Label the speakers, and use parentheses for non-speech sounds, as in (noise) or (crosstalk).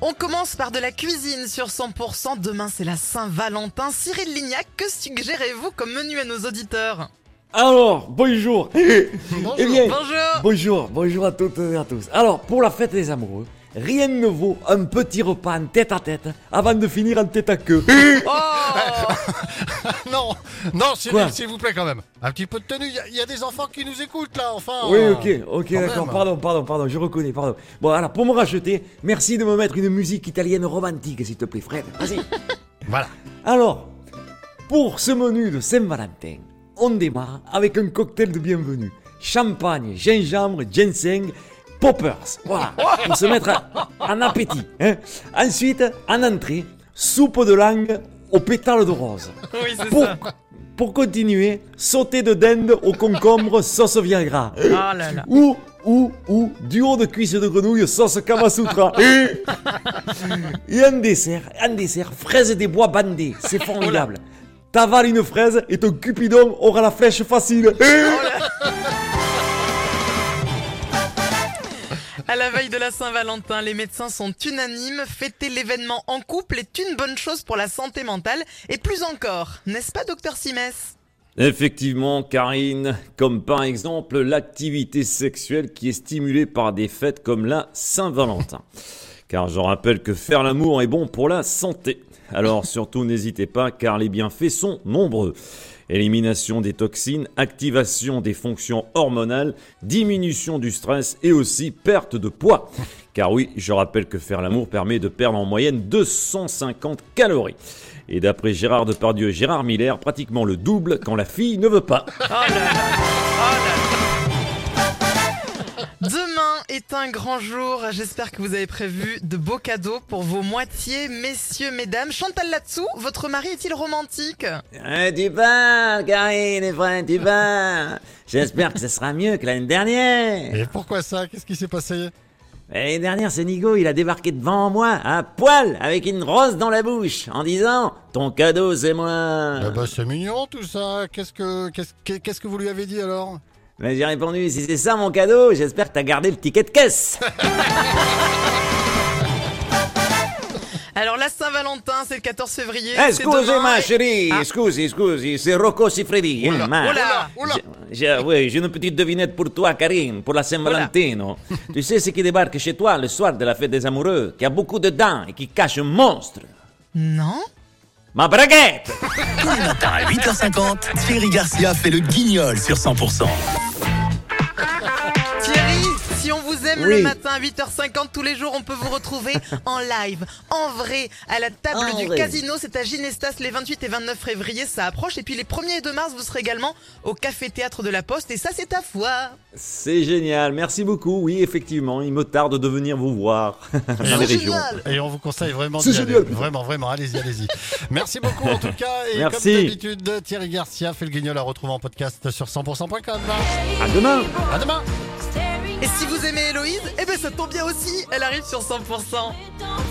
Speaker 1: On commence par de la cuisine sur 100%. Demain, c'est la Saint-Valentin. Cyril Lignac, que suggérez-vous comme menu à nos auditeurs
Speaker 2: Alors, bonjour
Speaker 1: Bonjour.
Speaker 2: Eh bien,
Speaker 1: Bonjour.
Speaker 2: bonjour, bonjour à toutes et à tous. Alors, pour la fête des amoureux, rien ne vaut un petit repas en tête à tête avant de finir en tête à queue.
Speaker 1: Oh
Speaker 3: Non, non,
Speaker 2: Quoi
Speaker 3: Cyril, s'il vous plaît quand même. Un petit peu de tenue, il y a- il y, a des enfants qui nous écoutent là, enfin. euh,
Speaker 2: Oui, ok, ok,
Speaker 3: Oh, Quand
Speaker 2: d'accord,
Speaker 3: même.
Speaker 2: pardon, pardon, pardon, je reconnais, pardon. Bon, alors, pour me racheter, merci de me mettre une musique italienne romantique, s'il te plaît, Fred. Vas-y.
Speaker 3: Voilà.
Speaker 2: Alors, pour ce menu de Saint-Valentin, on démarre avec un cocktail de bienvenue. Champagne, gingembre, ginseng, poppers. Voilà,
Speaker 1: (laughs)
Speaker 2: pour se mettre en appétit. hein. Ensuite, en entrée, soupe de langue aux pétales de rose.
Speaker 1: Oui, c'est
Speaker 2: Pour,
Speaker 1: ça.
Speaker 2: pour continuer, sauter de dinde au concombre sauce Viagra.
Speaker 1: Ah là là.
Speaker 2: Ou, ou, ou, duo de cuisses de grenouille sauce Kamasutra. et un dessert, un dessert, fraise des bois bandés. C'est formidable. T'avales une fraise et ton cupidon aura la flèche facile.
Speaker 1: À la veille de la Saint-Valentin, les médecins sont unanimes. Fêter l'événement en couple est une bonne chose pour la santé mentale et plus encore, n'est-ce pas, docteur Simès
Speaker 4: Effectivement, Karine, comme par exemple l'activité sexuelle qui est stimulée par des fêtes comme la Saint-Valentin. Car je rappelle que faire l'amour est bon pour la santé. Alors surtout n'hésitez pas car les bienfaits sont nombreux. Élimination des toxines, activation des fonctions hormonales, diminution du stress et aussi perte de poids. Car oui, je rappelle que faire l'amour permet de perdre en moyenne 250 calories. Et d'après Gérard Depardieu et Gérard Miller, pratiquement le double quand la fille ne veut pas.
Speaker 1: Demain est un grand jour. J'espère que vous avez prévu de beaux cadeaux pour vos moitiés, messieurs, mesdames. Chantal là-dessous, votre mari est-il romantique
Speaker 2: Eh, tu parles, Karine et Fred, tu parles. J'espère que ce sera mieux que l'année dernière.
Speaker 3: Et pourquoi ça Qu'est-ce qui s'est passé
Speaker 2: L'année dernière, ce Nigo, il a débarqué devant moi, à poil, avec une rose dans la bouche, en disant Ton cadeau, c'est moi.
Speaker 3: Ah bah c'est mignon tout ça. Qu'est-ce que qu'est-ce que- qu'est-ce que vous lui avez dit alors
Speaker 2: Mais j'ai répondu, si c'est ça mon cadeau, j'espère que t'as gardé le ticket de caisse.
Speaker 1: Alors la Saint-Valentin, c'est le 14 février. (laughs) c'est
Speaker 4: Excusez
Speaker 1: demain
Speaker 4: ma
Speaker 1: et-
Speaker 4: chérie,
Speaker 1: Ah.
Speaker 4: excusez, excusez, c'est Rocco Siffredi. hein, ma-
Speaker 1: Oula.
Speaker 3: Oula
Speaker 4: J'ai- ah, oui, j'ai une petite devinette pour toi, Karine, pour la
Speaker 1: (laughs)
Speaker 4: Saint-Valentino. tu sais ce qui débarque chez toi le soir de la fête des amoureux, qui a beaucoup de dents et qui cache un monstre
Speaker 1: Non
Speaker 4: Ma braguette
Speaker 5: Tous les matins à 8h50, Thierry Garcia fait le guignol sur 100%.
Speaker 1: Thierry, si on vous aime le
Speaker 2: Oui.
Speaker 1: matin à 8h50 tous les jours, on peut vous
Speaker 2: (laughs)
Speaker 1: retrouver en live, en vrai, à la table
Speaker 2: En
Speaker 1: du
Speaker 2: vrai.
Speaker 1: casino. C'est à Ginestas les 28 et 29 février, ça approche. Et puis les 1er et 2 mars, vous serez également au Café Théâtre de la Poste. Et ça, c'est ta foi.
Speaker 4: C'est génial, merci beaucoup. Oui, effectivement, il me tarde de venir vous voir (laughs) dans les
Speaker 1: C'est
Speaker 4: régions.
Speaker 1: génial.
Speaker 3: Et on vous conseille vraiment
Speaker 2: C'est
Speaker 3: d'y aller.
Speaker 2: génial, putain.
Speaker 3: Vraiment, vraiment, allez-y, allez-y. Merci beaucoup en tout cas. Et
Speaker 4: Merci.
Speaker 3: comme d'habitude, Thierry Garcia fait le guignol à retrouver en podcast sur 100%.com.
Speaker 4: À demain
Speaker 3: À demain
Speaker 1: Et si vous aimez Héloïse, eh ben ça tombe bien aussi, elle arrive sur 100%.
Speaker 6: Don't